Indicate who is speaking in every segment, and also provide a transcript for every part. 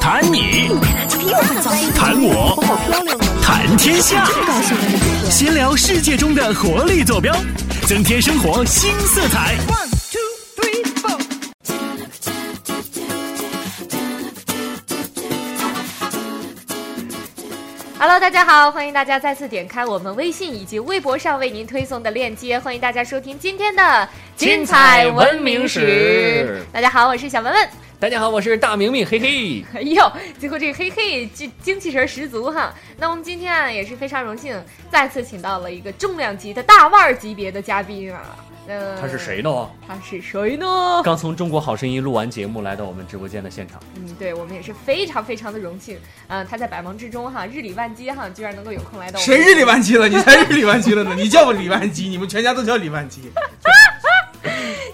Speaker 1: 谈你，谈我，谈天下，闲聊世界中的活力坐标，增添生活新色彩。
Speaker 2: Hello，大家好，欢迎大家再次点开我们微信以及微博上为您推送的链接，欢迎大家收听今天的
Speaker 3: 精彩文明史
Speaker 2: 大家好，我是小文 文。
Speaker 3: 大家好，我是大明明，嘿嘿。
Speaker 2: 哎呦，最后这个嘿嘿，这精气神十足哈。那我们今天啊也是非常荣幸，再次请到了一个重量级的大腕儿级别的嘉宾啊。呃，
Speaker 3: 他是？谁呢？哦
Speaker 2: 他是谁呢？
Speaker 3: 刚从《中国好声音》录完节目，来到我们直播间的现场。
Speaker 2: 嗯，对我们也是非常非常的荣幸。嗯、他在百忙之中哈，日理万机哈，居然能够有空来到我们
Speaker 4: 谁日理万机了？你才日理万机 了呢！你叫我李万基，你们全家都叫李万基。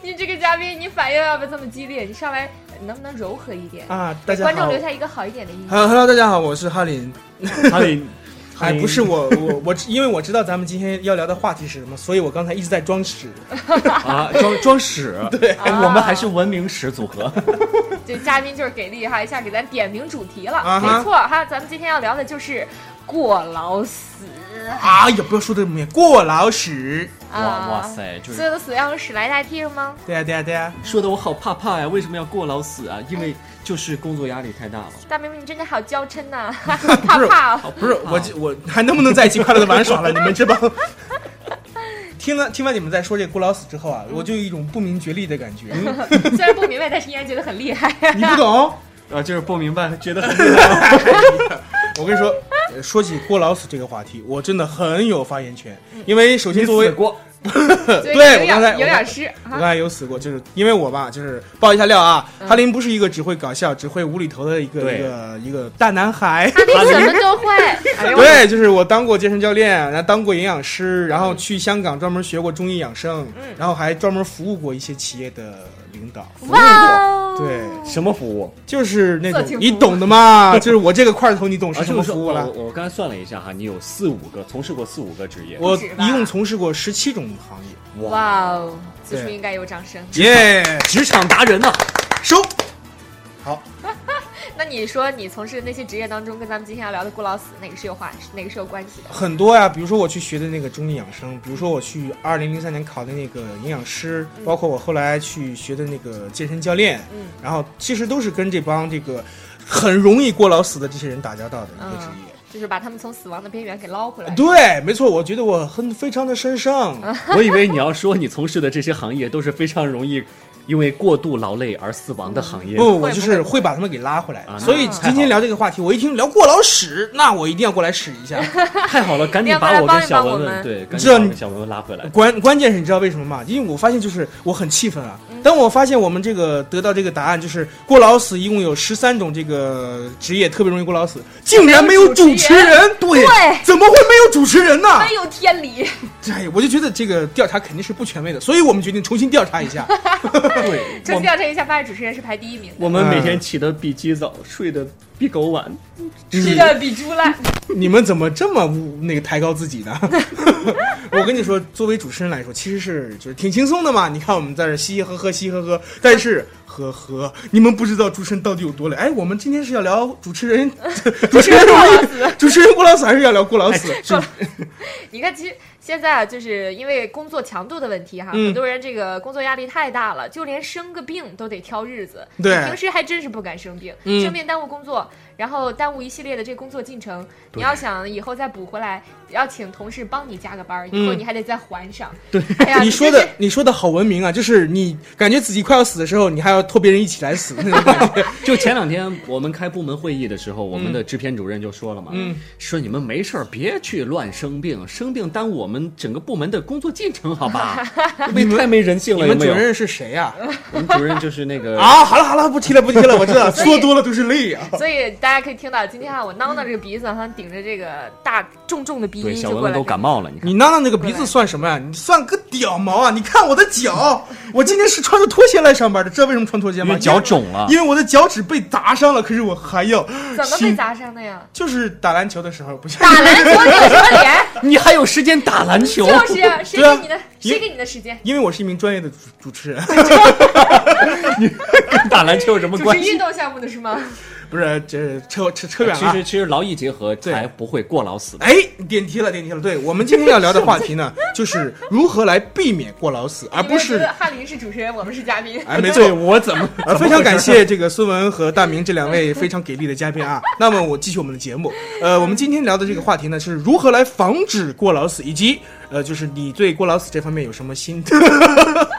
Speaker 2: 你这个嘉宾，你反应要不要这么激烈？你上来呃能不能柔和一点？
Speaker 4: 啊，大家好啊
Speaker 2: 观众留下一个好一点的印象。
Speaker 4: 哈，Hello，大家好，我是哈林。
Speaker 3: 哈林，
Speaker 4: 哎，不是我，我我，因为我知道咱们今天要聊的话题是什么，所以我刚才一直在装屎。
Speaker 3: 啊，装装屎。 对，
Speaker 2: 啊
Speaker 3: 我们还是文明史组合。
Speaker 2: 这嘉宾就是给力哈，一下给咱点明主题了。
Speaker 4: 啊哈
Speaker 2: 没错哈，咱们今天要聊的就是过劳死
Speaker 4: 哎呀，不要说的么过劳屎。
Speaker 3: 哇
Speaker 2: 啊！
Speaker 3: 哇！塞，就
Speaker 2: 所
Speaker 3: 是
Speaker 2: 有的死要用屎来代替是吗？
Speaker 4: 对呀、对呀、对呀、
Speaker 3: 说的我好怕怕呀！为什么要过劳死啊？因为就是工作压力太大了。
Speaker 2: 大明明，你真的好娇嗔 呐、 哈哈怕怕哦。
Speaker 4: 不是我这，我还能不能在一起快乐的玩耍了？你们这帮。 听了听完你们在说这过劳死之后啊，我就有一种不明觉厉的感觉。
Speaker 2: 虽然不明白，但是依然觉得很厉害。
Speaker 4: 你不懂？
Speaker 3: 啊，就是不明白，觉得很
Speaker 4: 我跟你说，呃说起过劳死这个话题，我真的很有发言权，因为首先作为
Speaker 3: 死 过。
Speaker 2: 所以
Speaker 4: 对
Speaker 2: 营
Speaker 4: 我刚才
Speaker 2: 养
Speaker 4: 我
Speaker 2: 营养
Speaker 4: 刚
Speaker 2: 师
Speaker 4: 我刚
Speaker 2: 啊，
Speaker 4: 才有死过，就是因为我吧，就是爆一下料啊，
Speaker 2: 嗯
Speaker 4: 哈林不是一个只会搞笑、只会无厘头的一个
Speaker 3: 对
Speaker 4: 一个一个大 男孩。
Speaker 2: 他连什么都会。哎呦我
Speaker 4: 对，就是我当过健身教练，然后当过营养师，然后去香港专门学过中医养生，
Speaker 2: 嗯
Speaker 4: 然后还专门服务过一些企业的领导。
Speaker 2: 哇哦！
Speaker 4: 对，
Speaker 3: 什么服务？
Speaker 4: 就是那
Speaker 2: 色情服务
Speaker 4: 种你懂的嘛，就是我这个块头你懂
Speaker 3: 啊，
Speaker 4: 是什
Speaker 3: 就
Speaker 4: 么
Speaker 3: 是说
Speaker 4: 服务了？
Speaker 3: 我我刚才算了一下哈，你有四五个，从事过四五个职业。
Speaker 4: 我
Speaker 2: 是吧
Speaker 4: 一共从事过十七种行业，
Speaker 2: 哇哦！此处
Speaker 4: 对
Speaker 2: 应该有掌声。
Speaker 4: 耶，
Speaker 3: 职场达人呐、啊
Speaker 4: 收。
Speaker 2: 那你说你从事的那些职业当中，跟咱们今天要聊的过劳死哪个是有话，哪个是有关系的？
Speaker 4: 很多呀，比如说我去学的那个中医养生，比如说我去二零零三年考的那个营养师，包括我后来去学的那个健身教练，
Speaker 2: 嗯，
Speaker 4: 然后其实都是跟这帮这个很容易过劳死的这些人打交道的一个职业。
Speaker 2: 就是把他们从死亡的边缘给捞
Speaker 4: 嗯
Speaker 2: 回来。
Speaker 4: 对，没错，我觉得我很非常的神圣。
Speaker 3: 我以为你要说你从事的这些行业都是非常容易因为过度劳累而死亡的行业。
Speaker 4: 不，我就是会把他们给拉回来
Speaker 3: 啊
Speaker 4: 的。所以
Speaker 2: 那
Speaker 4: 今天聊这个话题，我一听聊过劳屎，那我一定要过来屎一下。
Speaker 3: 太好了，赶紧
Speaker 2: 要不
Speaker 3: 把
Speaker 2: 然
Speaker 3: 我
Speaker 2: 帮
Speaker 3: 跟
Speaker 2: 一
Speaker 3: 小
Speaker 2: 帮我
Speaker 3: 文
Speaker 2: 们
Speaker 3: 文对，赶紧
Speaker 4: 知道
Speaker 3: 把我跟
Speaker 4: 你
Speaker 3: 小文文拉回来。
Speaker 4: 关关键是你知道为什么吗？因为我发现就是我很气愤啊。当我发现我们这个得到这个答案，就是过劳死一共有十三种这个职业特别容易过劳死，竟然没有主持人，对，
Speaker 2: 对
Speaker 4: 怎么会没有主持人呢？
Speaker 2: 没有天理，
Speaker 4: 哎，我就觉得这个调查肯定是不权威的，所以我们决定重新调查一 下。
Speaker 3: 对，
Speaker 2: 这次调查一下，发现主持人是排第一名的，
Speaker 3: 我们每天起得比鸡早，睡得比狗晚。
Speaker 2: 吃的比猪烂。
Speaker 4: 你们怎么这么污那个抬高自己 呢？我跟你说，作为主持人来说，其实是就是挺轻松的嘛。你看我们在这嘻嘻呵呵，嘻嘻呵呵，但是呵呵，你们不知道主持人到底有多累。哎，我们今天是要聊主持 人，主持人容易，主持人过劳死，还哎是要聊过劳死？
Speaker 2: 你看，其实现在啊，就是因为工作强度的问题哈，
Speaker 4: 嗯
Speaker 2: 很多人这个工作压力太大了，就连生个病都得挑日子。
Speaker 4: 对
Speaker 2: 你平时还真是不敢生病，
Speaker 4: 嗯
Speaker 2: 生病耽误工作，然后耽误一系列的这工作进程。你要想以后再补回来，要请同事帮你加个班儿，以后
Speaker 4: 嗯
Speaker 2: 你还得再还上。对，哎呀，
Speaker 4: 你
Speaker 2: 这
Speaker 4: 说
Speaker 2: 是
Speaker 4: 的，你说的好文明啊，就是你感觉自己快要死的时候，你还要拖别人一起来 死的那种感觉。
Speaker 3: 就前两天我们开部门会议的时候，我们的制片主任就说了嘛，说你们没事儿别去乱生病，生病耽误我们整个部门的工作进程，好 吧？没太没人性
Speaker 4: 你
Speaker 3: 了，有
Speaker 4: 们
Speaker 3: 没
Speaker 4: 主
Speaker 3: 有？
Speaker 4: 任是谁呀、
Speaker 3: 我们主任就是那个
Speaker 4: 啊？啊，好了好了，不提了不提了，我知 道，说多了都是泪啊。
Speaker 2: 所以大家可以听到，今天啊，我囔囔这个鼻子，好像顶着这个大重重的鼻
Speaker 3: 对，
Speaker 2: 音
Speaker 3: 小
Speaker 2: 就
Speaker 3: 文
Speaker 2: 过
Speaker 3: 文
Speaker 2: 来。
Speaker 3: 都感冒了，你看。
Speaker 4: 你娜娜那个鼻子算什么呀、你算个屌毛啊！你看我的脚，我今天是穿着拖鞋来上班的，知道为什么穿拖鞋
Speaker 3: 因
Speaker 4: 吗？
Speaker 3: 为脚肿了
Speaker 4: 因为我的脚趾被砸伤了，可是我还要
Speaker 2: 怎么被
Speaker 4: 心？
Speaker 2: 砸伤的呀？
Speaker 4: 就是打篮球的时候，不是
Speaker 2: 打篮球你有什么脸？
Speaker 3: 你还有时间打篮球？
Speaker 2: 就是啊谁
Speaker 4: 对啊
Speaker 2: 给你的？
Speaker 4: 因
Speaker 2: 谁
Speaker 4: 为
Speaker 2: 给你的时间？
Speaker 4: 因为我是一名专业的主主持人，
Speaker 3: 跟打篮球有什么
Speaker 2: 主持
Speaker 3: 关
Speaker 2: 运
Speaker 3: 系？
Speaker 2: 动项目的是吗？
Speaker 4: 不是这扯扯扯远
Speaker 3: 其
Speaker 4: 了
Speaker 3: 实
Speaker 4: 啊。
Speaker 3: 其实劳逸结合才
Speaker 4: 对
Speaker 3: 不会过劳死的。
Speaker 4: 哎，点题了，点题了。对我们今天要聊的话题呢，就是如何来避免过劳死，而
Speaker 2: 你
Speaker 4: 啊不
Speaker 2: 们觉
Speaker 4: 是
Speaker 2: 得翰林是主持人，我们是嘉宾。
Speaker 4: 哎，没错
Speaker 3: 对，我怎么
Speaker 4: 呃，非常感谢这个孙文和大明这两位非常给力的嘉宾啊。那么我继续我们的节目，呃，我们今天聊的这个话题呢是如何来防止过劳死，以及呃，就是你对过劳死这方面有什么心得？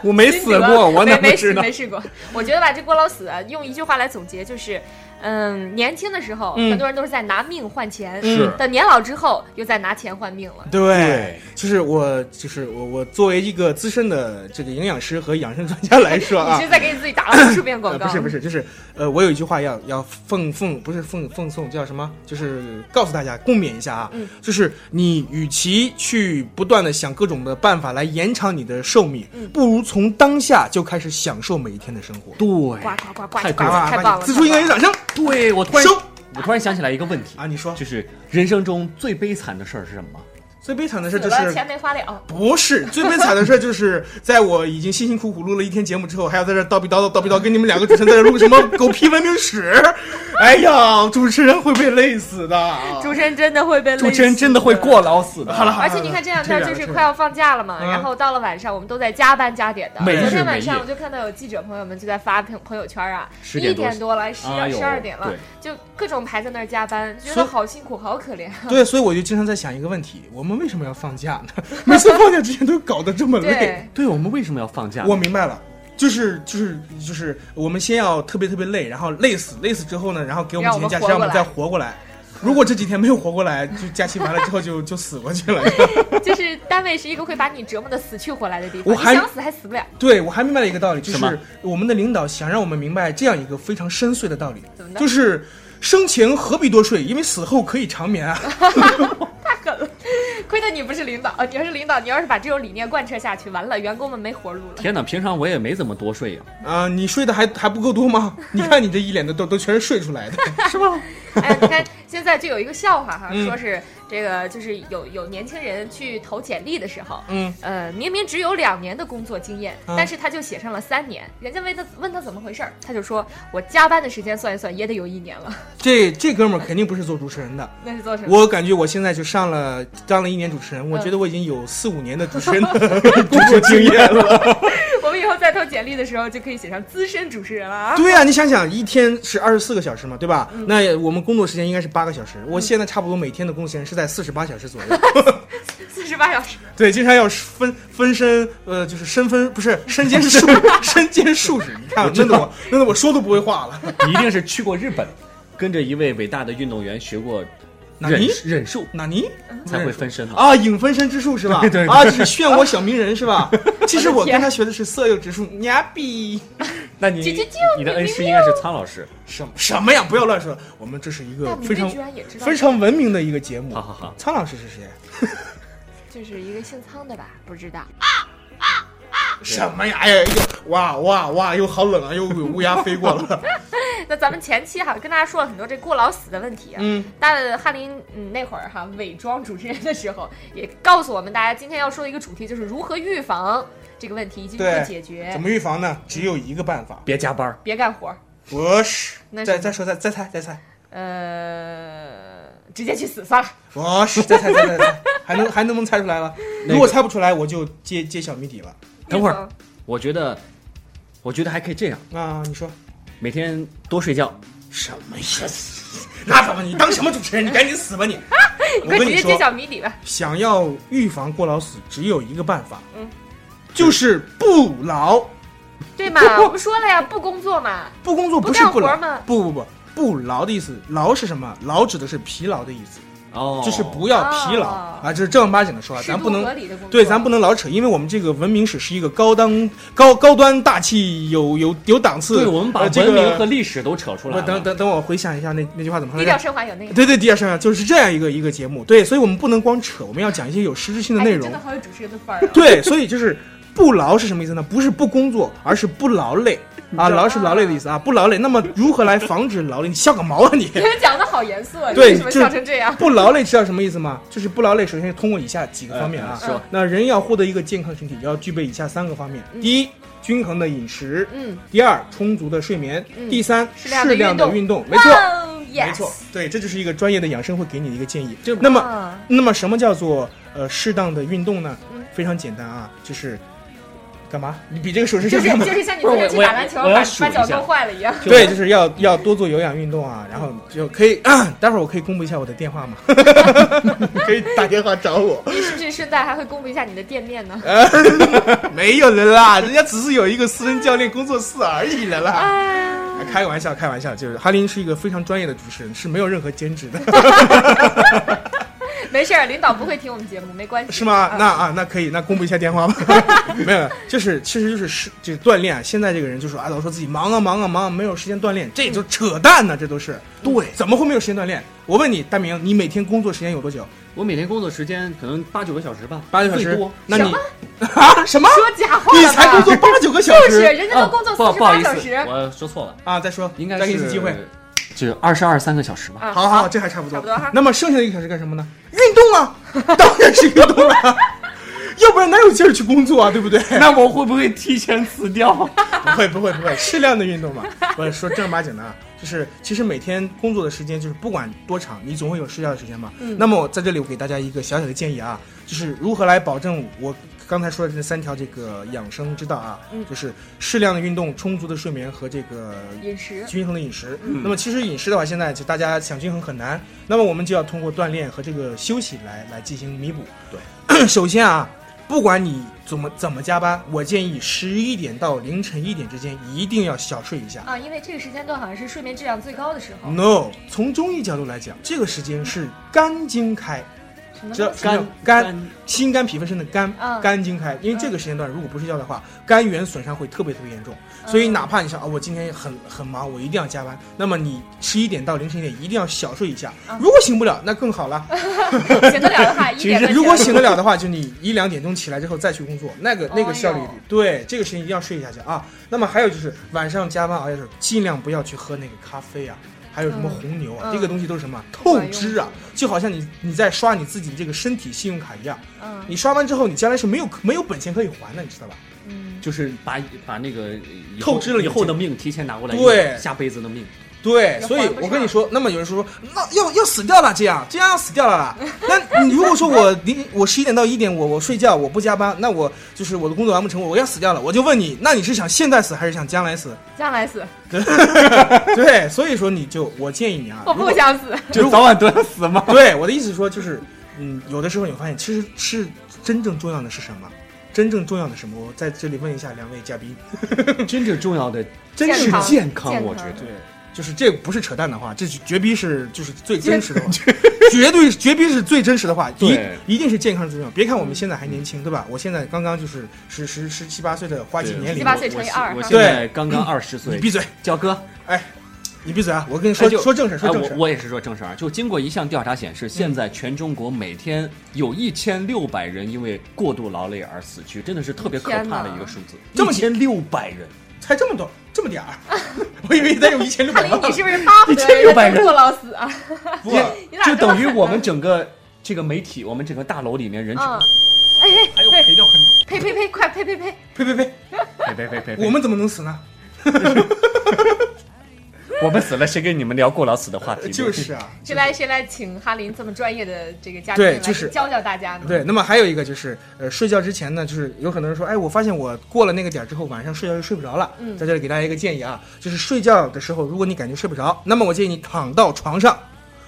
Speaker 4: 我没死过，我
Speaker 2: 没
Speaker 4: 哪
Speaker 2: 没
Speaker 4: 能
Speaker 2: 试
Speaker 4: 知道
Speaker 2: 没？试过。我觉得吧，这郭老死啊，用一句话来总结就是，嗯，年轻的时候、
Speaker 4: 嗯
Speaker 2: 很多人都是在拿命换钱，
Speaker 3: 是
Speaker 2: 等年老之后又在拿钱换命了。
Speaker 4: 对，就是我，就是我，我作为一个资深的这个营养师和养生专家来说啊
Speaker 2: 你是，在给你自己打了无数遍广
Speaker 4: 呃
Speaker 2: 告？
Speaker 4: 不是不是，就是呃，我有一句话要要奉奉，不是奉奉送，叫什么？就是告诉大家共勉一下啊，
Speaker 2: 嗯
Speaker 4: 就是你与其去不断的想各种的办法来延长你的寿命，
Speaker 2: 嗯
Speaker 4: 不如从当下就开始享受每一天的生活。啊
Speaker 3: 对啊
Speaker 2: 呱呱呱呱
Speaker 3: 太
Speaker 2: 呱
Speaker 3: 对
Speaker 2: 呱
Speaker 3: 了
Speaker 2: 太棒了！
Speaker 4: 此处应该有
Speaker 2: 太棒了
Speaker 4: 掌声
Speaker 3: 对，我突然
Speaker 4: 收
Speaker 3: 我突然想起来一个问题
Speaker 4: 啊！你说
Speaker 3: 就是人生中最悲惨的事儿是什么？
Speaker 4: 最悲惨的事就
Speaker 2: 死了
Speaker 4: 是
Speaker 2: 钱没花了，哦
Speaker 4: 不是最悲惨的事，就是在我已经辛辛苦苦录了一天节目之后，还要在这儿叨逼叨叨叨逼叨，跟你们两个主持人在这儿录什么狗屁文明史？哎呀，主持人会被累死的。
Speaker 2: 主持人真的会被
Speaker 3: 主持人真的会过劳死的。
Speaker 4: 好了，好了
Speaker 2: 而且你看这两天就是快要放假了嘛，
Speaker 4: 嗯
Speaker 2: 然后到了晚上，我们都在加班加点的。
Speaker 3: 每日
Speaker 2: 昨天晚
Speaker 3: 每
Speaker 2: 上
Speaker 3: 夜
Speaker 2: 我就看到有记者朋友们就在发朋朋友圈啊，
Speaker 3: 10
Speaker 2: 一
Speaker 3: 点多
Speaker 2: 点多了，十
Speaker 3: 哎呦
Speaker 2: 十二点了
Speaker 3: 对，
Speaker 2: 就各种排在那儿加班，觉
Speaker 4: 所
Speaker 2: 得
Speaker 4: 以
Speaker 2: 好辛苦，好可怜。
Speaker 4: 对，所以我就经常在想一个问题：我们为什么要放假呢？ 每次放假之前都搞得这么累。
Speaker 2: 对，
Speaker 3: 对我们为什么要放假？
Speaker 4: 我明白了。就是就是就是，我们先要特别特别累，然后累死，累死之后呢，然后给我们几天假期，让
Speaker 2: 让
Speaker 4: 我
Speaker 2: 我
Speaker 4: 们
Speaker 2: 们
Speaker 4: 再
Speaker 2: 活过来
Speaker 4: 活过来。如果这几天没有活过来，就假期完了之后就就死过去了。
Speaker 2: 就是单位是一个会把你折磨的死去活来的地
Speaker 4: 我
Speaker 2: 方，
Speaker 4: 还
Speaker 2: 你想死还死不了。
Speaker 4: 对，我还明白了一个道理，就
Speaker 3: 什
Speaker 4: 是
Speaker 3: 么
Speaker 4: 我们的领导想让我们明白这样一个非常深邃的道理
Speaker 2: 怎么，的
Speaker 4: 就是生前何必多睡，因为死后可以长眠啊。
Speaker 2: 亏得你不是领导，呃你要是领导，你要是把这种理念贯彻下去，完了员工们没活路了。
Speaker 3: 天哪，平常我也没怎么多睡 呀、
Speaker 4: 啊、你睡的还还不够多吗？ 你看你这一脸的痘都全是睡出来的。
Speaker 2: 哎，你看现在就有一个笑话哈，
Speaker 4: 嗯
Speaker 2: 说是这个就是有有年轻人去投简历的时候，
Speaker 4: 嗯，
Speaker 2: 呃，明明只有两年的工作经验，
Speaker 4: 啊
Speaker 2: 但是他就写上了三年。人家问他问他怎么回事儿，他就说我加班的时间算一算也得有一年了。
Speaker 4: 这这哥们儿肯定不是做主持人的。
Speaker 2: 那是做什么？
Speaker 4: 我感觉我现在就上了当了一年主持人，我觉得我已经有四五年的主持 人的嗯工作经验了。
Speaker 2: 我们以后再投简历的时候就可以写上资深主持人了啊。
Speaker 4: 对呀、你想想，一天是二十四个小时嘛，对吧？那我们工作时间应该是八个小时，我现在差不多每天的工作时间是在四十八小时左右。
Speaker 2: 四十八小时，
Speaker 4: 对，经常要分分身，呃，就是身分不是身兼数身兼数职。你看，啊弄得我弄得我说都不会话了。
Speaker 3: 你一定是去过日本，跟着一位伟大的运动员学过
Speaker 4: 纳
Speaker 3: 忍
Speaker 4: 尼
Speaker 3: 忍术，
Speaker 4: 纳尼？
Speaker 3: 才会分身的。
Speaker 4: 啊，影分身之术是吧？
Speaker 3: 对对对
Speaker 4: 啊，就是漩涡小鸣人是吧？ 其实我跟他学的是色诱之术，娘逼！
Speaker 3: 那你
Speaker 2: 啾啾啾
Speaker 3: 你的恩师应该是苍老师。
Speaker 4: 什么什么呀？不要乱说，我们这是一
Speaker 2: 大
Speaker 4: 个
Speaker 2: 明
Speaker 4: 非
Speaker 2: 明
Speaker 4: 常
Speaker 2: 居然也知道，
Speaker 4: 非常文明的一个节目。
Speaker 3: 好好好
Speaker 4: 苍老师是谁？
Speaker 2: 就是一个姓苍的吧？不知道。
Speaker 4: 什么呀？哎呀，又哇哇哇，又好冷啊！又有乌鸦飞 过了。
Speaker 2: 那咱们前期哈跟大家说了很多这过劳死的问题啊，
Speaker 4: 嗯，
Speaker 2: 但翰林嗯那会儿哈伪装主持人的时候，也告诉我们大家今天要说的一个主题就是如何预防这个问题以及如何
Speaker 4: 对
Speaker 2: 解决
Speaker 4: 怎。么预防呢？只有一个办法，
Speaker 3: 别加班儿，
Speaker 2: 别干活儿，
Speaker 3: 嗯
Speaker 4: 不是。
Speaker 2: 那是
Speaker 4: 再再说，再再猜，再猜，
Speaker 2: 呃，直接去死 算了。
Speaker 4: 不是，再猜，再猜，再猜，还能还能不能猜出 来了？
Speaker 3: 个
Speaker 4: 如果猜不出来，我就揭揭晓谜底了。
Speaker 3: 等会儿
Speaker 2: 预防
Speaker 3: 我觉得，我觉得还可以这样，
Speaker 4: 啊，你说
Speaker 3: 每天多睡觉。
Speaker 4: 什么呀？拉倒吧，你当什么主持人？你赶紧死吧你！
Speaker 2: 啊你
Speaker 4: 我
Speaker 2: 快
Speaker 4: 跟
Speaker 2: 直
Speaker 4: 你
Speaker 2: 接
Speaker 4: 说
Speaker 2: 揭，晓谜底 吧。
Speaker 4: 想要预防过劳死，只有一个办法，
Speaker 2: 嗯
Speaker 4: 就是不劳。
Speaker 2: 对嘛，我们说了呀，不工作嘛，
Speaker 4: 不工作
Speaker 2: 不
Speaker 4: 不是
Speaker 2: 干
Speaker 4: 不劳
Speaker 2: 活吗
Speaker 4: 不不不，不劳的意思，劳是什么？劳指的是疲劳的意思，
Speaker 3: 哦，
Speaker 4: 就是不要疲劳、
Speaker 2: 哦
Speaker 4: 啊，这是正儿八经的说啊，
Speaker 2: 适
Speaker 4: 咱
Speaker 2: 度
Speaker 4: 不能
Speaker 2: 合理的工作。
Speaker 4: 对，咱不能老扯，因为我们这个文明史是一个高档、高高端、大气、有有有档次。
Speaker 3: 对，我们把
Speaker 4: 呃这
Speaker 3: 文明
Speaker 4: 个
Speaker 3: 和历史都扯出来
Speaker 4: 我
Speaker 3: 了。
Speaker 4: 等等等，我回想一下那那句话怎么说
Speaker 2: 低
Speaker 4: 来
Speaker 2: 调
Speaker 4: 着？
Speaker 2: 升华有那个。
Speaker 4: 对对，第二声就是这样一个一个节目，对，所以我们不能光扯，我们要讲一些有实质性的
Speaker 2: 哎
Speaker 4: 内
Speaker 2: 你
Speaker 4: 容
Speaker 2: 真的。好有主持人的范儿啊！
Speaker 4: 对，所以就是不劳是什么意思呢？不是不工作，而是不劳累啊，劳是劳累的意思啊，不劳累。那么如何来防止劳累？你笑个毛啊你！
Speaker 2: 你们讲的好严肃啊！你
Speaker 4: 对
Speaker 2: 为什么
Speaker 4: 就
Speaker 2: 笑成这样？
Speaker 4: 不劳累知道什么意思吗？就是不劳累，首先是通过以下几个方面啊
Speaker 3: 呃。说
Speaker 4: 那人要获得一个健康身体，要具备以下三个方面：第一，均衡的饮食；
Speaker 2: 嗯，
Speaker 4: 第二，充足的睡眠；
Speaker 2: 嗯
Speaker 4: 第三，
Speaker 2: 适量的
Speaker 4: 适量的
Speaker 2: 运
Speaker 4: 运动。没错
Speaker 2: 哇哦， Yes
Speaker 4: 没错，对，这就是一个专业的养生会给你的一个建议。
Speaker 3: 就
Speaker 4: 那么，
Speaker 2: 啊
Speaker 4: 那么什么叫做呃适当的运动呢
Speaker 2: 嗯？
Speaker 4: 非常简单啊，就是干嘛？你比这个手 势
Speaker 2: 就
Speaker 4: 像
Speaker 2: 是
Speaker 4: 什么？
Speaker 2: 就是像你昨天去打篮球
Speaker 3: 不是我我我
Speaker 2: 把
Speaker 3: 要数
Speaker 2: 把
Speaker 3: 一下
Speaker 2: 脚弄坏了一样，
Speaker 4: 对，就是要要多做有氧运动啊，然后就可以。 待会儿我可以公布一下我的电话吗？ 可以打电话找我。
Speaker 2: 你是不是顺带还会公布一下你的店面呢？
Speaker 3: 呃
Speaker 4: 没有人啦，人家只是有一个私人教练工作室而已了啦。
Speaker 2: 啊，
Speaker 4: 开玩笑，开玩笑，就是哈林是一个非常专业的主持人，是没有任何兼职的，
Speaker 2: 没事儿，领导不会听我们节目，没关系。
Speaker 4: 是吗？
Speaker 2: 啊
Speaker 4: 那啊，那可以，那公布一下电话吧。 没有，就是其实就是是就是锻炼啊。现在这个人就说啊，老说自己忙啊忙啊忙啊，没有时间锻炼，这就扯淡呢、这都是。对，怎么会没有时间锻炼？我问你，大明，你每天工作时间有多久？
Speaker 3: 我每天工作时间可能八九个小时吧，
Speaker 4: 八个小时
Speaker 3: 最多。
Speaker 4: 那你啊 什么？
Speaker 2: 说假话
Speaker 4: 你
Speaker 2: 了
Speaker 4: 才工
Speaker 2: 吧？
Speaker 4: 作八九个小
Speaker 2: 就
Speaker 4: 时？
Speaker 2: 是人家都工作
Speaker 3: 哦不好
Speaker 2: 四十
Speaker 3: 不好
Speaker 2: 八
Speaker 3: 意思
Speaker 2: 小时，，
Speaker 3: 我说错了，
Speaker 4: 啊，再说，
Speaker 3: 应该
Speaker 4: 再给你一
Speaker 3: 是
Speaker 4: 次机会。，
Speaker 3: 就二十二三个小时吧。
Speaker 2: 啊
Speaker 4: 好好，，这还差不多。
Speaker 2: 差不多哈
Speaker 4: 那么剩下的一个小时干什么呢？运动 啊，当然是运动了、 要不然哪有劲儿去工作啊，对不对？
Speaker 3: 那我会不会提前辞掉？
Speaker 4: 不会不会不会，适量的运动嘛。 我说正儿八经的啊，就是其实每天工作的时间就是不管多长，你总会有睡觉的时间嘛。
Speaker 2: 嗯
Speaker 4: 那么我在这里我给大家一个小小的建议啊，就是如何来保证我刚才说的这三条这个养生之道啊，
Speaker 2: 嗯
Speaker 4: 就是适量的运动、充足的睡眠和这个
Speaker 2: 饮食
Speaker 4: 均衡的饮食。那么其实饮食的话，现在就大家想均衡很难，那么我们就要通过锻炼和这个休息来来进行弥补。对， 首先啊，不管你怎么怎么加班，我建议十一点到凌晨一点之间一定要小睡一下。
Speaker 2: 啊，因为这个时间段好像是睡眠质量最高的时候。
Speaker 4: No，从中医角度来讲，这个时间是肝经开，
Speaker 2: 什么
Speaker 4: 这
Speaker 2: 东西？
Speaker 4: 肝肝
Speaker 3: 干
Speaker 4: 心肝脾肺肾的肝
Speaker 2: 嗯
Speaker 4: 肝经开，因为这个时间段如果不睡觉的话，肝源损伤会特别特别严重。
Speaker 2: 嗯
Speaker 4: 所以哪怕你想啊，我今天很很忙，我一定要加班，那么你十一点到凌晨一点一定要小睡一下
Speaker 2: 嗯。
Speaker 4: 如果醒不了，那更好了。
Speaker 2: 醒得了的 话， 一点
Speaker 3: 其
Speaker 2: 半
Speaker 3: 实
Speaker 4: 如果
Speaker 2: 醒
Speaker 4: 醒得了的话，就你一两点钟起来之后再去工作，那个那
Speaker 2: 哦
Speaker 4: 个效率
Speaker 2: 哟，
Speaker 4: 对这个时间一定要睡一下去啊。那么还有就是晚上加班熬夜的时候，尽量不要去喝那个咖啡啊。还有什
Speaker 2: 嗯
Speaker 4: 么红牛啊？
Speaker 2: 嗯
Speaker 4: 这个东西都是什么透支啊？就好像你你在刷你自己这个身体信用卡一样，
Speaker 2: 嗯
Speaker 4: 你刷完之后，你将来是没有没有本钱可以还的，你知道吧？
Speaker 2: 嗯，
Speaker 3: 就是把把那个以
Speaker 4: 透
Speaker 3: 后
Speaker 4: 支了
Speaker 3: 以
Speaker 4: 眼
Speaker 3: 后
Speaker 4: 睛
Speaker 3: 的命提前拿过来，
Speaker 4: 对
Speaker 3: 下辈子的命。
Speaker 4: 对，
Speaker 2: 也
Speaker 4: 所以
Speaker 2: 还不
Speaker 4: 我跟你
Speaker 2: 上
Speaker 4: 说，那么有人说说，那要要死掉了，这样这样要死掉了啦。那你如果说我零我十一点到一点我我睡觉我不加班，那我就是我的工作完不成，我要死掉了，我就问你，那你是想现在死还是想将来死？
Speaker 2: 将来死，
Speaker 4: 对，所以说你就我建议你啊，
Speaker 2: 我
Speaker 4: 如
Speaker 2: 不
Speaker 4: 果
Speaker 2: 想死。
Speaker 3: 就早晚都要死吗？
Speaker 4: 对我的意思说就是，嗯，有的时候你会发现其实是真正重要的是什么？真正重要的是什么？我在这里问一下两位嘉宾，
Speaker 3: 真正重要的
Speaker 4: 真
Speaker 2: 健
Speaker 4: 是
Speaker 3: 是
Speaker 2: 康
Speaker 3: 健康，
Speaker 2: 健
Speaker 3: 我觉
Speaker 2: 康
Speaker 3: 得
Speaker 4: 对，就是这个不是扯淡的话，这是绝逼是就是最真实 的话，绝对绝逼是最真实的话，一
Speaker 3: 对
Speaker 4: 一定是健康最重要。别看
Speaker 2: 嗯
Speaker 4: 我们现在还年轻，对吧？我现在刚刚就是十十十七八岁的花季
Speaker 3: 对
Speaker 4: 年
Speaker 2: 十
Speaker 4: 龄，
Speaker 2: 八
Speaker 4: 我
Speaker 2: 岁乘以二
Speaker 3: 我
Speaker 2: 哈
Speaker 3: 现在刚刚二十岁
Speaker 4: 你，闭嘴，哎
Speaker 3: 焦哥，
Speaker 4: 你闭嘴啊！我跟你说
Speaker 3: 哎就
Speaker 4: 说正事，说
Speaker 3: 哎
Speaker 4: 正
Speaker 3: 我
Speaker 4: 事。
Speaker 3: 我也是说正事儿啊。嗯就经过一项调查显示，现在全中国每天有一千六百人因为过度劳累而死去，真的是特别可
Speaker 2: 天
Speaker 3: 怕
Speaker 2: 哪
Speaker 3: 的一个数字，
Speaker 4: 这么
Speaker 3: 一千六百人。
Speaker 4: 才这么多，这么点儿，啊 我以为得有一千六
Speaker 2: 看
Speaker 4: 百
Speaker 2: 林，你
Speaker 4: 万。
Speaker 2: 是不是巴不得人家都坐牢死 啊？
Speaker 4: 不
Speaker 3: 也
Speaker 2: 你咋
Speaker 3: 就
Speaker 2: 这么
Speaker 3: 等于我们整个这个媒体，我们整个大楼里面人群，
Speaker 2: 嗯，哎
Speaker 3: 还有赔掉很多。
Speaker 2: 呸呸呸，快呸呸呸！
Speaker 4: 呸 呸呸！
Speaker 3: 呸呸呸呸呸！
Speaker 4: 我们怎么能死呢？
Speaker 3: 我们死了，谁跟你们聊过劳死的话题？
Speaker 4: 就是啊，
Speaker 2: 谁来谁来，请哈林这么专业的这个嘉宾
Speaker 4: 对
Speaker 2: 来
Speaker 4: 就是
Speaker 2: 教教大家呢？
Speaker 4: 对，那么还有一个就是，呃，睡觉之前呢，就是有很多人说，哎，我发现我过了那个点儿之后，晚上睡觉就睡不着了。
Speaker 2: 嗯
Speaker 4: 在这里给大家一个建议啊，就是睡觉的时候，如果你感觉睡不着，那么我建议你躺到床上，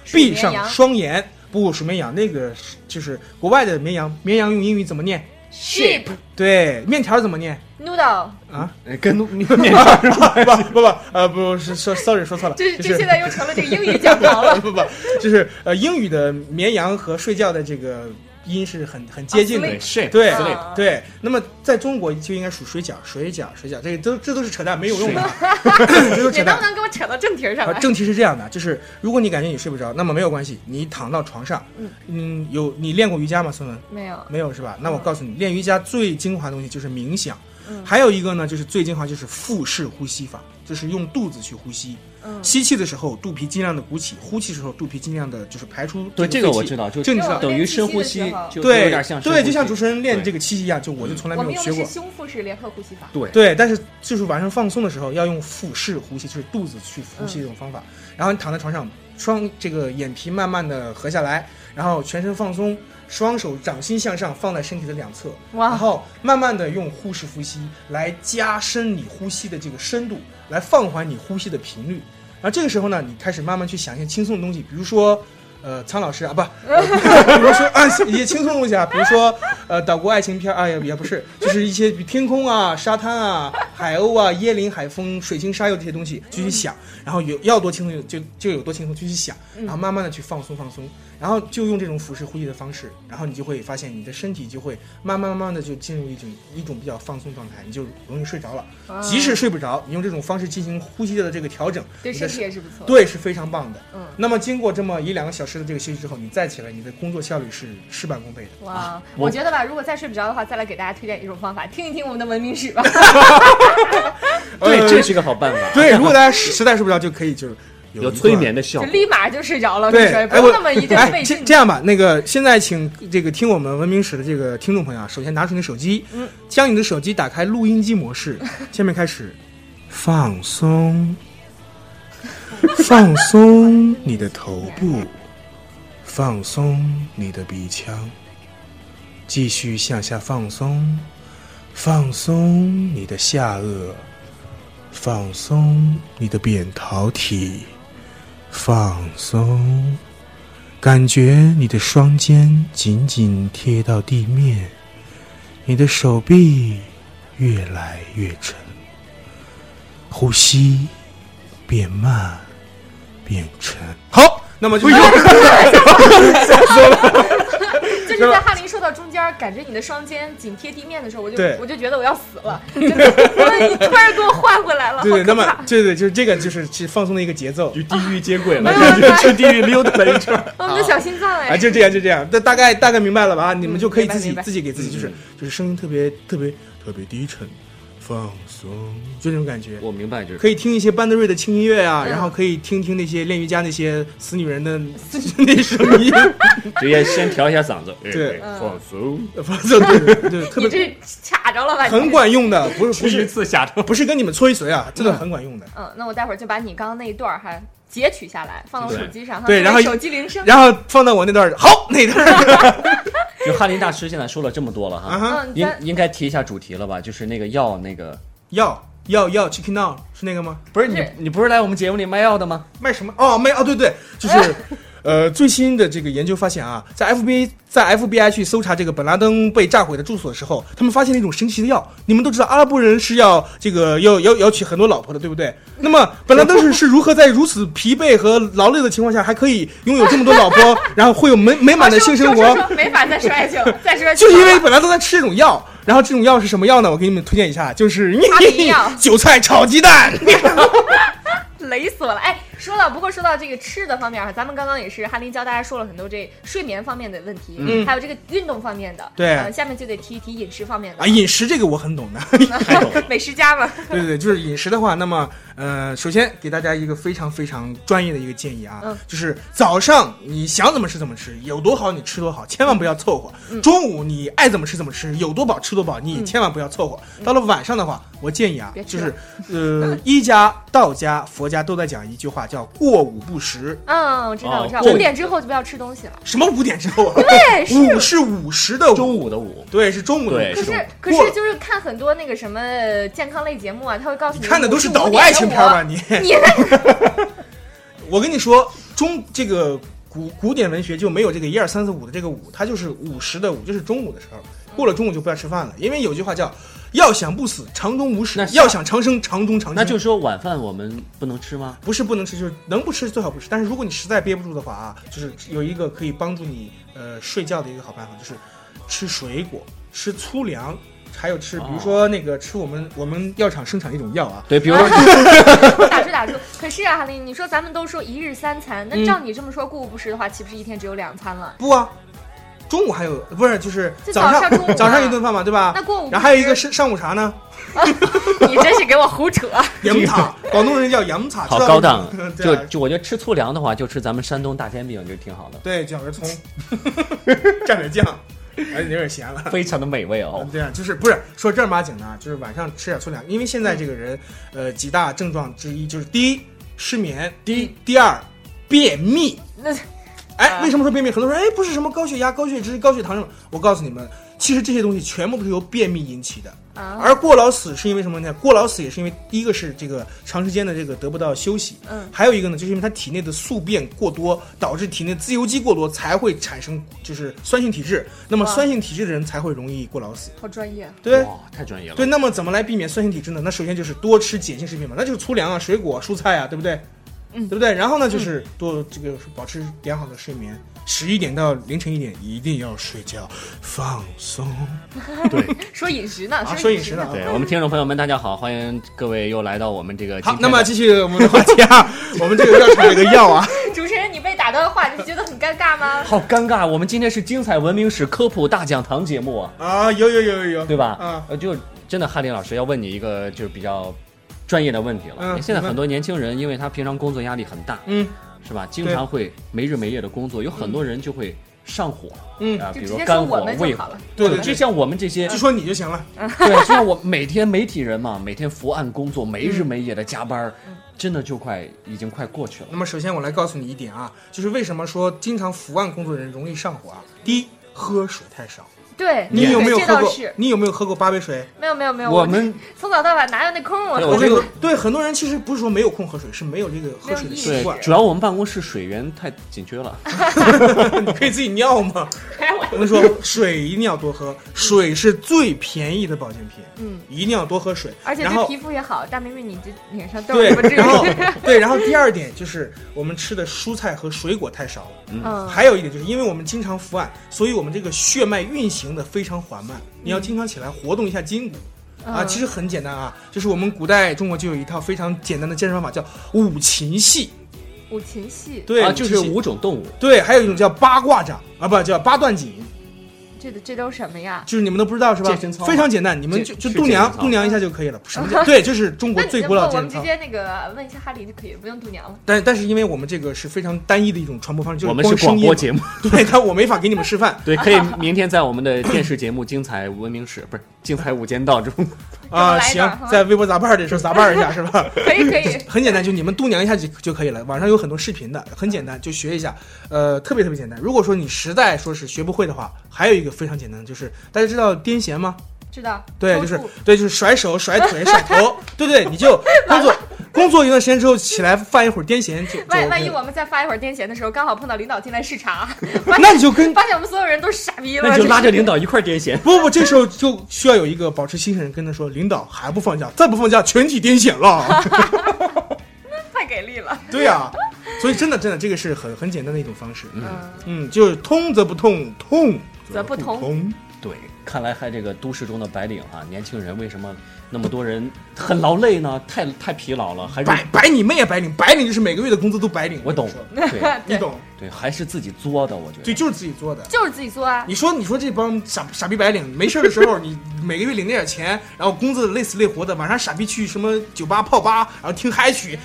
Speaker 2: 数
Speaker 4: 闭
Speaker 2: 绵
Speaker 4: 上
Speaker 2: 羊
Speaker 4: 双眼。不，数绵羊那个是就是国外的绵羊，绵羊用英语怎么念？
Speaker 2: ，sheep
Speaker 4: 对，面条怎么念
Speaker 2: noodle，
Speaker 4: 啊？
Speaker 3: 哎跟你们面上是吧？
Speaker 4: 不不不，呃，不是说，sorry，说错了，
Speaker 2: 这
Speaker 4: 就
Speaker 2: 这
Speaker 4: 是。
Speaker 2: 现在又成了这个英语讲堂了
Speaker 4: 不不，就是呃，英语的绵羊和睡觉的这个音是很很接近的。
Speaker 3: 对，shape
Speaker 4: 对
Speaker 3: sleep，
Speaker 2: 啊
Speaker 4: 对，那么在中国就应该数水饺、水饺、水饺，这个都这都是扯淡，没有用的， 这 都是
Speaker 2: 你
Speaker 4: 扯
Speaker 2: 能不
Speaker 4: 淡。
Speaker 2: 能给我扯到正题儿上
Speaker 4: 啊，
Speaker 2: 来？
Speaker 4: 正题是这样的，就是如果你感觉你睡不着，那么没有关系，你躺到床上，
Speaker 2: 嗯
Speaker 4: 嗯，有你练过瑜伽吗？孙文
Speaker 2: 没有，
Speaker 4: 没有是吧？那我告诉你，练瑜伽最精华的东西就是冥想，
Speaker 2: 嗯
Speaker 4: 还有一个呢就是最精华就是腹式呼吸法，就是用肚子去呼吸。
Speaker 2: 嗯
Speaker 4: 吸气的时候肚皮尽量的鼓起，呼气的时候肚皮尽量的就是排出。
Speaker 3: 对，这个我知。道，就
Speaker 4: 这你知道
Speaker 3: 等于深呼吸，就就
Speaker 4: 对，
Speaker 3: 有点像深
Speaker 4: 对，
Speaker 3: 呼
Speaker 4: 就像
Speaker 3: 吸嗯
Speaker 4: 主持人练这个气息一样，就我就从来
Speaker 2: 我
Speaker 4: 没
Speaker 2: 们
Speaker 4: 有
Speaker 2: 用
Speaker 4: 学
Speaker 2: 的是
Speaker 4: 过。
Speaker 2: 胸腹式联合呼吸法，
Speaker 3: 对
Speaker 4: 对，但是就是晚上放松的时候要用腹式呼吸，就是肚子去呼吸这种方法。然后你躺在床上，双这个眼皮慢慢的合下来，然后全身放松，双手掌心向上放在身体的两侧，
Speaker 2: 哇
Speaker 4: 然后慢慢的用腹式呼吸来加深你呼吸的这个深度，来放缓你呼吸的频率。然后这个时候呢，你开始慢慢去想一些轻松的东西，比如说。呃，苍老师啊，不， 比如说啊，一些轻松的东西啊，比如说呃，岛国爱情片儿啊，也也不是，就是一些比天空啊、沙滩啊、海鸥啊、椰林、海风、水晶沙幼这些东西就
Speaker 2: 嗯
Speaker 4: 去想，然后有要多轻松就就有多轻松就去想，然
Speaker 2: 嗯
Speaker 4: 后慢慢的去放松放松，然后就用这种腹式呼吸的方式，然后你就会发现你的身体就会慢慢慢慢的就进入一种一种比较放松状态，你就容易睡着了。即使睡不着，你用这种方式进行呼吸的这个调整，
Speaker 2: 对
Speaker 4: 你
Speaker 2: 身
Speaker 4: 的
Speaker 2: 体也是不错。
Speaker 4: 对，是非常棒的。
Speaker 2: 嗯
Speaker 4: 那么经过这么一两个小时的这个休息之后，你再起来，你的工作效率是事半功倍的。
Speaker 2: 哇，
Speaker 4: 啊
Speaker 3: 我
Speaker 2: 我觉得吧，如果再睡不着的话，再来给大家推荐一种方法，听一听我们的文明史吧。
Speaker 4: 哎
Speaker 3: 对，
Speaker 4: 呃
Speaker 3: 这是个好办法，
Speaker 4: 对，如果大家实实在睡不着，就可以就是
Speaker 3: 有
Speaker 4: 一
Speaker 3: 催
Speaker 4: 段
Speaker 3: 眠的效
Speaker 2: 就
Speaker 3: 果。
Speaker 2: 立马就睡着了，
Speaker 4: 对，
Speaker 2: 跟你说
Speaker 4: 哎
Speaker 2: 不用
Speaker 4: 我
Speaker 2: 那么一阵
Speaker 4: 哎，
Speaker 2: 费
Speaker 4: 这
Speaker 2: 劲。
Speaker 4: 这样吧，那个现在请这个听我们文明史的这个听众朋友啊，首先拿出你的手机，
Speaker 2: 嗯
Speaker 4: 将你的手机打开录音机 模式，下面开始放松，放松你的头部，放松你的鼻腔，继续向下放松，放松你的下颚。放松你的扁桃体，放松，感觉你的双肩紧紧贴到地面，你的手臂越来越沉，呼吸变慢，变沉。好，那么就是
Speaker 2: 就是在翰林说到中间，感觉你的双肩紧贴地面的时候，我就
Speaker 4: 对
Speaker 2: 我就觉得我要死 了，真的，你突然给我换回来了，
Speaker 4: 对对，
Speaker 2: 好可
Speaker 4: 那
Speaker 2: 怕
Speaker 4: 么 对对，就是这个就是是放松的一个节奏。
Speaker 3: 与地狱接轨了
Speaker 2: 哎呦，
Speaker 3: 去地狱溜达了一圈儿。
Speaker 2: 我们的小心脏
Speaker 4: 啊，
Speaker 2: 哎，
Speaker 4: 就这样，就这样，大大概大概明白了吧？你们就可以
Speaker 2: 明白
Speaker 4: 自己
Speaker 2: 明白
Speaker 4: 自己给自己，就是就是声音特别特别特别低沉，放松，就这种感觉。
Speaker 3: 我明白，就是
Speaker 4: 可以听一些班德瑞的轻音乐
Speaker 2: 嗯
Speaker 4: 啊，然后可以听听那些练瑜伽那些死女 人的 那声音，
Speaker 3: 直接先调一下嗓子，
Speaker 4: 对嗯
Speaker 3: 哎放松，
Speaker 4: 不是对 对，特
Speaker 2: 你
Speaker 4: 别
Speaker 2: 这卡着了吧？
Speaker 4: 很管用 的，不是不
Speaker 3: 第一
Speaker 4: 是
Speaker 3: 次下头。
Speaker 4: 不是跟你们吹随啊，真的很管用的。
Speaker 2: 嗯，那我待会儿就把你刚刚那一段儿哈截取下来，放到我手机上哈，
Speaker 4: 对
Speaker 2: 作为
Speaker 4: 然后
Speaker 2: 手机铃声。
Speaker 4: 然后放到我那段儿好那 段儿
Speaker 3: 就翰林大师现在说了这么多了
Speaker 4: 啊
Speaker 3: 哈，
Speaker 4: 哈，
Speaker 2: 嗯，
Speaker 3: 应
Speaker 2: 咱
Speaker 3: 应该提一下主题了吧？就是那个药那个，
Speaker 4: 要要要 chicken now 是那个吗？
Speaker 3: 不是
Speaker 2: 你
Speaker 3: 你你不是来我们节目里卖药的吗？
Speaker 4: 卖什么？哦，卖哦，对对， 就是，呃，最新的这个研究发现啊，在 FBI 在 FBI 去搜查这个本拉登被炸毁的住所的时候，他们发现了一种神奇的药。你们都知道，阿拉伯人是要这个要要要娶很多老婆的，对不对？那么本拉登是是如何在如此疲惫和劳累的情况下，还可以拥有这么多 老婆，然后会有美美满的性生活？
Speaker 2: 啊说说说没法再说下去了，再说下去
Speaker 4: 就是因为
Speaker 2: 了
Speaker 4: 本来都在吃这种药，然后这种药是什么药呢？我给你们推荐一下，就是
Speaker 2: 哈密药
Speaker 4: 韭菜炒鸡蛋。
Speaker 2: 雷死我了！哎，说到不过说到这个吃的方面哈，啊咱们刚刚也是翰林教大家说了很多这睡眠方面的问题，
Speaker 4: 嗯
Speaker 2: 还有这个运动方面的，
Speaker 4: 对
Speaker 2: 呃下面就得提一提饮食方面的
Speaker 4: 啊，，饮食这个我很懂的。
Speaker 2: 美食家嘛，
Speaker 4: 对对，对，就是饮食的话，那么呃，首先给大家一个非常非常专业的一个建议啊，
Speaker 2: 嗯
Speaker 4: 就是早上你想怎么吃怎么吃，有多好你吃多好，千万不要凑合。
Speaker 2: 嗯
Speaker 4: 中午你爱怎么吃怎么吃，有多饱吃多饱，你千万不要凑合。到了晚上的话，我建议啊
Speaker 2: 嗯别，吃
Speaker 4: 就
Speaker 2: 了
Speaker 4: 是 呃，一家、道家、佛家都在讲一句话，叫过午不食。
Speaker 2: 嗯，我知道，
Speaker 3: 哦
Speaker 2: 我知道，
Speaker 3: 过
Speaker 2: 五点之后就不要吃东西了。
Speaker 4: 什么五点之后啊？
Speaker 2: 对，是。
Speaker 4: 午是午时的午，
Speaker 3: 中午的午，
Speaker 4: 对，是中午的午。
Speaker 3: 对
Speaker 2: 可是可
Speaker 4: 过
Speaker 2: 是就是看很多那个什么呃健康类节目啊，他会告诉你
Speaker 4: 看的都是
Speaker 2: 我
Speaker 4: 岛
Speaker 2: 五
Speaker 4: 国
Speaker 2: 点
Speaker 4: 爱情片儿
Speaker 2: 的
Speaker 4: 吧 你？
Speaker 2: 我？你那
Speaker 4: 我跟你说，中这个古古典文学就没有这个一二三四五的这个五，它就是午时的午，就是中午的时候。过了中午就不要吃饭了，因为有句话叫“要想不死，肠中无屎
Speaker 3: 那”，是
Speaker 4: 要想长生，肠中长生。
Speaker 3: 那就是说晚饭我们不能吃吗？
Speaker 4: 不是不能吃，就是能不吃最好不吃。但是如果你实在憋不住的话啊，就是有一个可以帮助你呃睡觉的一个好办法，就是吃水果，吃粗粮，还有吃，比如说那个吃我们我们药厂生产的一种药啊，
Speaker 3: 对，比 如说
Speaker 2: 个打住打住。可是啊，韩林，你说
Speaker 4: 嗯
Speaker 2: 咱们都说一日三餐，那照你这么说，过午不食的话，岂不是一天只有两餐了？
Speaker 4: 不啊，中午还有不是就是
Speaker 2: 就
Speaker 4: 早
Speaker 2: 早上中午啊
Speaker 4: 早上一顿饭嘛，对吧？
Speaker 2: 那过午不
Speaker 4: 然后还有一个
Speaker 2: 吃
Speaker 4: 上上午茶呢，
Speaker 2: 你真是给我胡扯！啊
Speaker 4: 洋茶，广东人叫洋茶，
Speaker 3: 好
Speaker 4: 知道
Speaker 3: 高
Speaker 4: 吗。
Speaker 3: 档就
Speaker 4: 对啊
Speaker 3: 就我觉得吃粗粮的话，就吃咱们山东大煎饼就挺好的，
Speaker 4: 对，卷根葱， 蘸点酱，而且有点咸了。
Speaker 3: 非常的美味哦。
Speaker 4: 对啊，就是不是说正儿八经的啊，就是晚上吃点粗粮，因为现在这个人，呃，几大症状之一就是第一失眠，第一第二便秘。
Speaker 2: 那
Speaker 4: 哎
Speaker 2: 啊，
Speaker 4: 为什么说便秘？很多人说，哎，不是什么高血压、高血脂、高血糖什么。我告诉你们，其实这些东西全部都是由便秘引起的。
Speaker 2: 啊，
Speaker 4: 而过劳死是因为什么呢？过劳死也是因为第一个是这个长时间的这个得不到休息，
Speaker 2: 嗯
Speaker 4: 还有一个呢，就是因为他体内的宿便过多，导致体内自由基过多，才会产生就是酸性体质。那么
Speaker 2: 哇
Speaker 4: 酸性体质的人才会容易过劳死，
Speaker 2: 好专业。
Speaker 4: 对不对。
Speaker 3: 哇，太专业了。
Speaker 4: 对，那么怎么来避免酸性体质呢？那首先就是多吃碱性食品嘛，那就是粗粮啊、水果、蔬菜啊，对不对？
Speaker 2: 嗯
Speaker 4: 对不对？然后呢，就是多这个保持良好的睡眠，十一点到凌晨一点一定要睡觉，放松
Speaker 2: 说饮食呢？
Speaker 4: 啊，说
Speaker 2: 说
Speaker 4: 饮食呢。
Speaker 3: 对我们听众朋友们，大家好，欢迎各位又来到我们这个今，
Speaker 4: 好
Speaker 3: 天
Speaker 4: 那么
Speaker 3: 的
Speaker 4: 继续我们的话题 啊，我们这个要炒这个药啊，
Speaker 2: 主持人，你被打断话，你觉得很尴尬吗？
Speaker 3: 好尴尬，我们今天是精彩文明史科普大讲堂节目啊，
Speaker 4: 啊，有有有有有，
Speaker 3: 对吧？
Speaker 4: 啊，
Speaker 3: 呃，就真的，哈林老师要问你一个就是比较专业的问题了。
Speaker 4: 嗯
Speaker 3: 现在很多年轻人，因为他平常工作压力很大，
Speaker 4: 嗯
Speaker 3: 是吧？经常会没日没夜的工作，有很多人就会上火
Speaker 4: 嗯，
Speaker 3: 啊，
Speaker 2: 就
Speaker 3: 比
Speaker 2: 直
Speaker 3: 如
Speaker 2: 接说
Speaker 3: 肝
Speaker 2: 我
Speaker 3: 火
Speaker 2: 们、
Speaker 3: 胃
Speaker 2: 就好
Speaker 3: 火
Speaker 2: 了。。
Speaker 4: 对
Speaker 3: 对
Speaker 4: 对，
Speaker 3: 就
Speaker 4: 对，
Speaker 3: 像我们这些，
Speaker 4: 就说你就行了，
Speaker 3: 对，就像我每天媒体人嘛，每天伏案工作，没
Speaker 4: 嗯
Speaker 3: 日没夜的加班儿，
Speaker 2: 嗯
Speaker 3: 真的就快已经快过去了。
Speaker 4: 那么首先我来告诉你一点啊，就是为什么说经常伏案工作的人容易上火啊？第一，喝水太少。
Speaker 2: 对，
Speaker 4: 你有没有
Speaker 2: 这
Speaker 4: 喝
Speaker 2: 倒
Speaker 4: 过
Speaker 2: 是？
Speaker 4: 你有没有喝过八杯水？
Speaker 2: 没有没有没有，
Speaker 3: 我们
Speaker 2: 从早到晚哪有那空啊？
Speaker 3: 对
Speaker 4: 哎我
Speaker 3: 我
Speaker 4: 跟你
Speaker 3: 这
Speaker 4: 说
Speaker 3: 个，
Speaker 4: 对很多人其实不是说没有空喝水，是没有这个喝水的习
Speaker 3: 对
Speaker 4: 惯，。
Speaker 3: 主要我们办公室水源太紧缺了。
Speaker 4: 你可以自己尿嘛。我跟你说，水一定要多喝，水是最便宜的保健品，
Speaker 2: 嗯，
Speaker 4: 一定要多喝水。
Speaker 2: 而且
Speaker 4: 然
Speaker 2: 对
Speaker 4: 后
Speaker 2: 皮肤也好。大妹妹，你这脸上痘
Speaker 4: 对
Speaker 2: 儿不，至于
Speaker 4: 然。 后对，然后第二点就是我们吃的蔬菜和水果太少了。
Speaker 2: 嗯，
Speaker 4: 还有一点就是因为我们经常伏案，所以我们这个血脉运行的非常缓慢，
Speaker 3: 嗯
Speaker 4: 你要经常起来活动一下筋骨。啊，
Speaker 2: 嗯
Speaker 4: 其实很简单啊，就是我们古代中国就有一套非常简单的健身方法，叫五禽戏。
Speaker 2: 五禽戏，
Speaker 4: 对，
Speaker 3: 啊，就是
Speaker 4: 五禽戏
Speaker 3: 五种动物。
Speaker 4: 对，还有一种叫八卦掌啊，不叫八段锦，
Speaker 2: 这都这都什么呀？
Speaker 4: 就是你们都不知道是吧？
Speaker 3: 健身操吗
Speaker 4: 非常简单，你们就
Speaker 3: 健
Speaker 4: 就
Speaker 3: 去
Speaker 4: 度
Speaker 3: 健身
Speaker 4: 量
Speaker 3: 操
Speaker 4: 度量一下就可以 了。什么叫对？就是中国
Speaker 2: 那
Speaker 4: 最
Speaker 2: 你
Speaker 4: 古老的
Speaker 2: 我
Speaker 4: 健
Speaker 2: 们直
Speaker 4: 身操。
Speaker 2: 接那个问一下哈林就可以了，不用度娘了。
Speaker 4: 但但是因为我们这个是非常单一的一种传播方式，就
Speaker 3: 我们
Speaker 4: 光
Speaker 3: 是
Speaker 4: 声
Speaker 3: 广
Speaker 4: 音
Speaker 3: 播节目，
Speaker 4: 对，但我没法给你们示 范
Speaker 3: 对，可以明天在我们的电视节目《精彩文明史》不是《精彩无间道》中，
Speaker 4: 啊。
Speaker 2: 来一
Speaker 4: 行
Speaker 2: 段好吧，
Speaker 4: 在微博杂伴儿的时候杂伴儿一下是吧？
Speaker 2: 可以可以，
Speaker 4: 很简单，就你们度量一下就就可以了。网上有很多视频的，很简单，就学一下。呃，特别特别简单。如果说你实在说是学不会的话，还有一个非常简单的，就是大家知道癫痫吗？
Speaker 2: 知道。
Speaker 4: 对，
Speaker 2: 抽
Speaker 4: 就是
Speaker 2: 搐
Speaker 4: 对，就是甩手、甩腿、甩头，对对，你 就工作工作一段时间之后起来犯一会儿癫痫就就
Speaker 2: 万万
Speaker 4: OK
Speaker 2: 一
Speaker 4: 了
Speaker 2: 我们再发一会儿癫痫的时候，刚好碰到领导进来视 察，
Speaker 4: 那你就跟
Speaker 2: 发现我们所有人都是傻逼了，
Speaker 3: 那就拉着
Speaker 2: 这
Speaker 3: 领导一块儿癫痫。
Speaker 4: 不不，这时候就需要有一个保持精神，跟他说，领导还不放假，再不放假全体癫痫了。
Speaker 2: 太给力了。
Speaker 4: 对呀、所以真的真的，这个是很很简单的一种方式。
Speaker 2: 嗯，
Speaker 4: 嗯，就是通则不痛，痛
Speaker 2: 则不
Speaker 4: 通。
Speaker 2: 通
Speaker 3: 对，看来还这个都市中的白领啊，年轻人为什么那么多人很劳累呢？太太疲劳了，还是
Speaker 4: 白白你妹也白领，白领就是每个月的工资都白领。
Speaker 3: 我懂
Speaker 4: 跟，你
Speaker 3: 对
Speaker 4: 说你懂，
Speaker 3: 对还是自己作的，我觉
Speaker 4: 对，
Speaker 3: 得。
Speaker 4: 就是自己做的。
Speaker 2: 就是自己做啊。
Speaker 4: 你说，你说这帮傻傻逼白领，没事儿的时候， 你每个月领那点钱，然后工资累死累活的，晚上傻逼去什么酒吧泡吧，然后听嗨曲，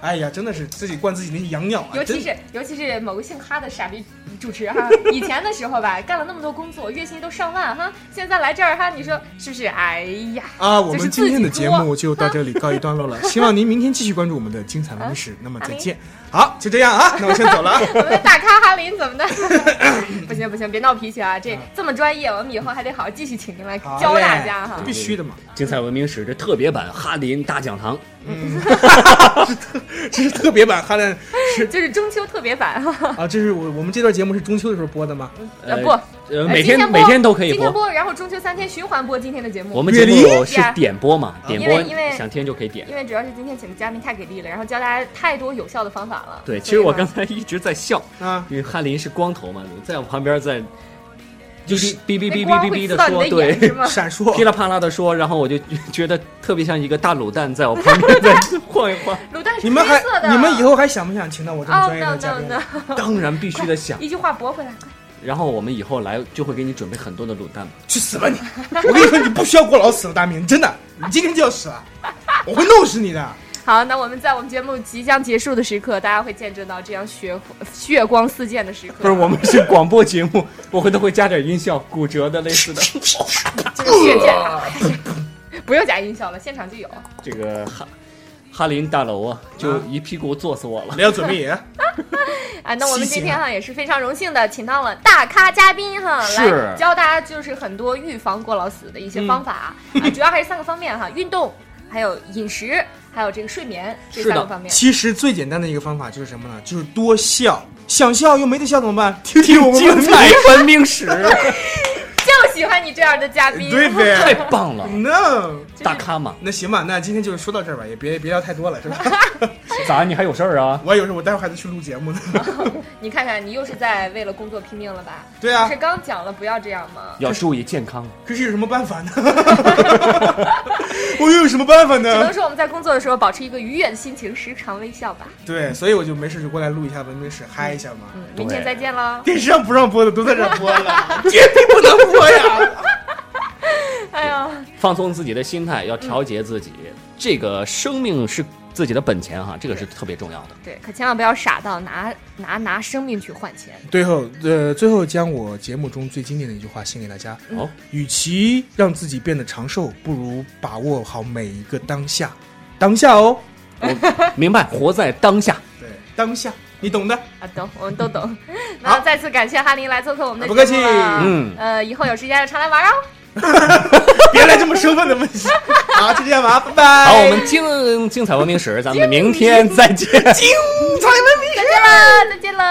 Speaker 4: 哎呀，真的是自己灌自己那些洋尿啊！
Speaker 2: 尤其
Speaker 4: 真
Speaker 2: 是尤其是某个姓哈的傻逼主持哈， 以前的时候吧，干了那么多工作，月薪都上万哈，现在来这儿哈，你说是不是？哎呀，
Speaker 4: 啊，我
Speaker 2: 就是
Speaker 4: 们
Speaker 2: 自己
Speaker 4: 今天的节目
Speaker 2: 作
Speaker 4: 就到这里告一段 落了，希望您明天继续关注我们的精彩文史。那么再见，好，就这样啊，那我先 走了啊。
Speaker 2: 我们的大咖哈林怎 么的？不行不行，别闹脾气啊！
Speaker 3: 嗯
Speaker 2: 这这么专业，我们以后还得好好继续请您来
Speaker 4: 好
Speaker 2: 教
Speaker 4: 嘞
Speaker 2: 大家哈
Speaker 4: 这。必须的嘛，
Speaker 3: 精彩文明史这特别版哈林大讲堂，
Speaker 4: 这是特别版哈兰是
Speaker 2: 就是中秋特别版哈，
Speaker 4: 啊，这是我我们这段节目是中秋的时候播的吗？
Speaker 2: 呃
Speaker 3: 呃
Speaker 2: 不，
Speaker 3: 呃，
Speaker 2: 呃
Speaker 3: 每
Speaker 2: 今
Speaker 3: 天
Speaker 2: 播
Speaker 3: 每天都可以
Speaker 2: 今天
Speaker 3: 播。
Speaker 2: 播，然后中秋三天循环播今天的节目。
Speaker 3: 我们节目
Speaker 4: 远
Speaker 3: 是点播嘛，点
Speaker 2: 因为因为
Speaker 3: 播想听就可以点
Speaker 2: 因。为主要是今天请的嘉宾太给力了，然后教大家太多有效的方法了。
Speaker 3: 对，其
Speaker 2: 所以
Speaker 3: 实我
Speaker 2: 呢
Speaker 3: 刚才一直在笑，
Speaker 2: 嗯
Speaker 4: 啊，
Speaker 3: 因为哈林是光头嘛，在我旁边在
Speaker 4: 就是
Speaker 3: 哔哔
Speaker 2: 那
Speaker 3: 哔
Speaker 2: 光
Speaker 3: 哔哔
Speaker 2: 会
Speaker 3: 哔
Speaker 2: 刺
Speaker 3: 的
Speaker 2: 到
Speaker 3: 说，
Speaker 2: 你的眼
Speaker 3: 对
Speaker 2: 是，吗？
Speaker 4: 闪烁
Speaker 3: 噼里啪啦的说，然后我就觉得特别像一个大卤蛋在我旁边在 晃一晃。
Speaker 2: 卤蛋是
Speaker 4: 你们
Speaker 2: 黑
Speaker 4: 还
Speaker 2: 色的
Speaker 4: 你们以后还想不想请到我这么
Speaker 2: 哦
Speaker 4: 专业的
Speaker 2: no
Speaker 4: 嘉
Speaker 2: no
Speaker 4: 宾？
Speaker 2: no，
Speaker 3: 当然必须得想。
Speaker 2: 一句话驳回来，快
Speaker 3: 然后我们以后来就会给你准备很多的卤蛋。
Speaker 4: 去死吧你！我跟你说，你不需要过劳死了，大明，真的，你今天就要死了，我会弄死你的。
Speaker 2: 好，那我们在我们节目即将结束的时刻，大家会见证到这样血血光四溅的时刻。
Speaker 3: 不是，我们是广播节目，我回头会加点音效，骨折的类似的。
Speaker 2: 就是血 溅，啊不用加音效了，现场就有。
Speaker 3: 这个哈哈林大楼啊，就一屁股坐死我了。
Speaker 4: 来，准备也，
Speaker 2: 啊，那我们
Speaker 4: 谢谢
Speaker 2: 今天哈也是非常荣幸的，请到了大咖嘉宾哈，
Speaker 3: 是
Speaker 2: 来教大家就是很多预防过劳死的一些方法、啊，
Speaker 3: 嗯
Speaker 2: 主要还是三个方面哈，运动，还有饮食，还有这个睡眠这
Speaker 3: 是的
Speaker 2: 三个方面。
Speaker 4: 其实最简单的一个方法就是什么呢？就是多笑，想笑又没得笑怎么办？听听我们
Speaker 3: 精彩文明史，
Speaker 2: 就喜欢你这样的嘉宾，
Speaker 4: 对呗
Speaker 3: 太棒了，
Speaker 4: No，
Speaker 3: 大咖嘛！
Speaker 4: 那行吧，那今天就说到这儿吧，也别别聊太多了，是吧？
Speaker 3: 咋，你还有事儿啊？
Speaker 4: 我还有时候我待会儿还得去录节目呢。
Speaker 2: 你看看，你又是在为了工作拼命了吧？
Speaker 4: 对啊
Speaker 2: 不是刚讲了不要这样吗？
Speaker 3: 要注意健康。
Speaker 4: 可是有什么办法呢？ 我又有什么办法
Speaker 2: 只能
Speaker 4: 呢？
Speaker 2: 说我们在工作的时候保持一个愉悦的心情，时常微笑吧。
Speaker 4: 对，所以我就没事就过来录一下文明史，嗨一下嘛。
Speaker 2: 嗯，明天再见喽。
Speaker 4: 电视上不让播的都在这儿播了， 绝对不能播 呀！
Speaker 2: 哎呀，
Speaker 3: 放松自己的心态，要调节自己。这个生命是自己的本钱哈，这个是特别重要的。
Speaker 2: 对，可千万不要傻到拿拿拿生命去换钱。
Speaker 4: 最后，呃，最后将我节目中最经典的一句话献给大家：
Speaker 3: 哦，
Speaker 4: 与其让自己变得长寿，不如把握好每一个当下，当下哦，
Speaker 3: 我明白，活在当下。
Speaker 4: 对，当下，你懂的。
Speaker 2: 啊，懂，我们都懂。那再次感谢哈林来做客我们的
Speaker 4: 不客气
Speaker 2: 节目了
Speaker 3: 嗯
Speaker 2: 呃，以后有时间就常来玩哦。
Speaker 4: 别来这么生分的问题。好，就这样吧，拜拜。
Speaker 3: 好，我们精精彩文明史，咱们明天再见。
Speaker 4: 精彩文明。嗯
Speaker 2: 再见啦，再见啦。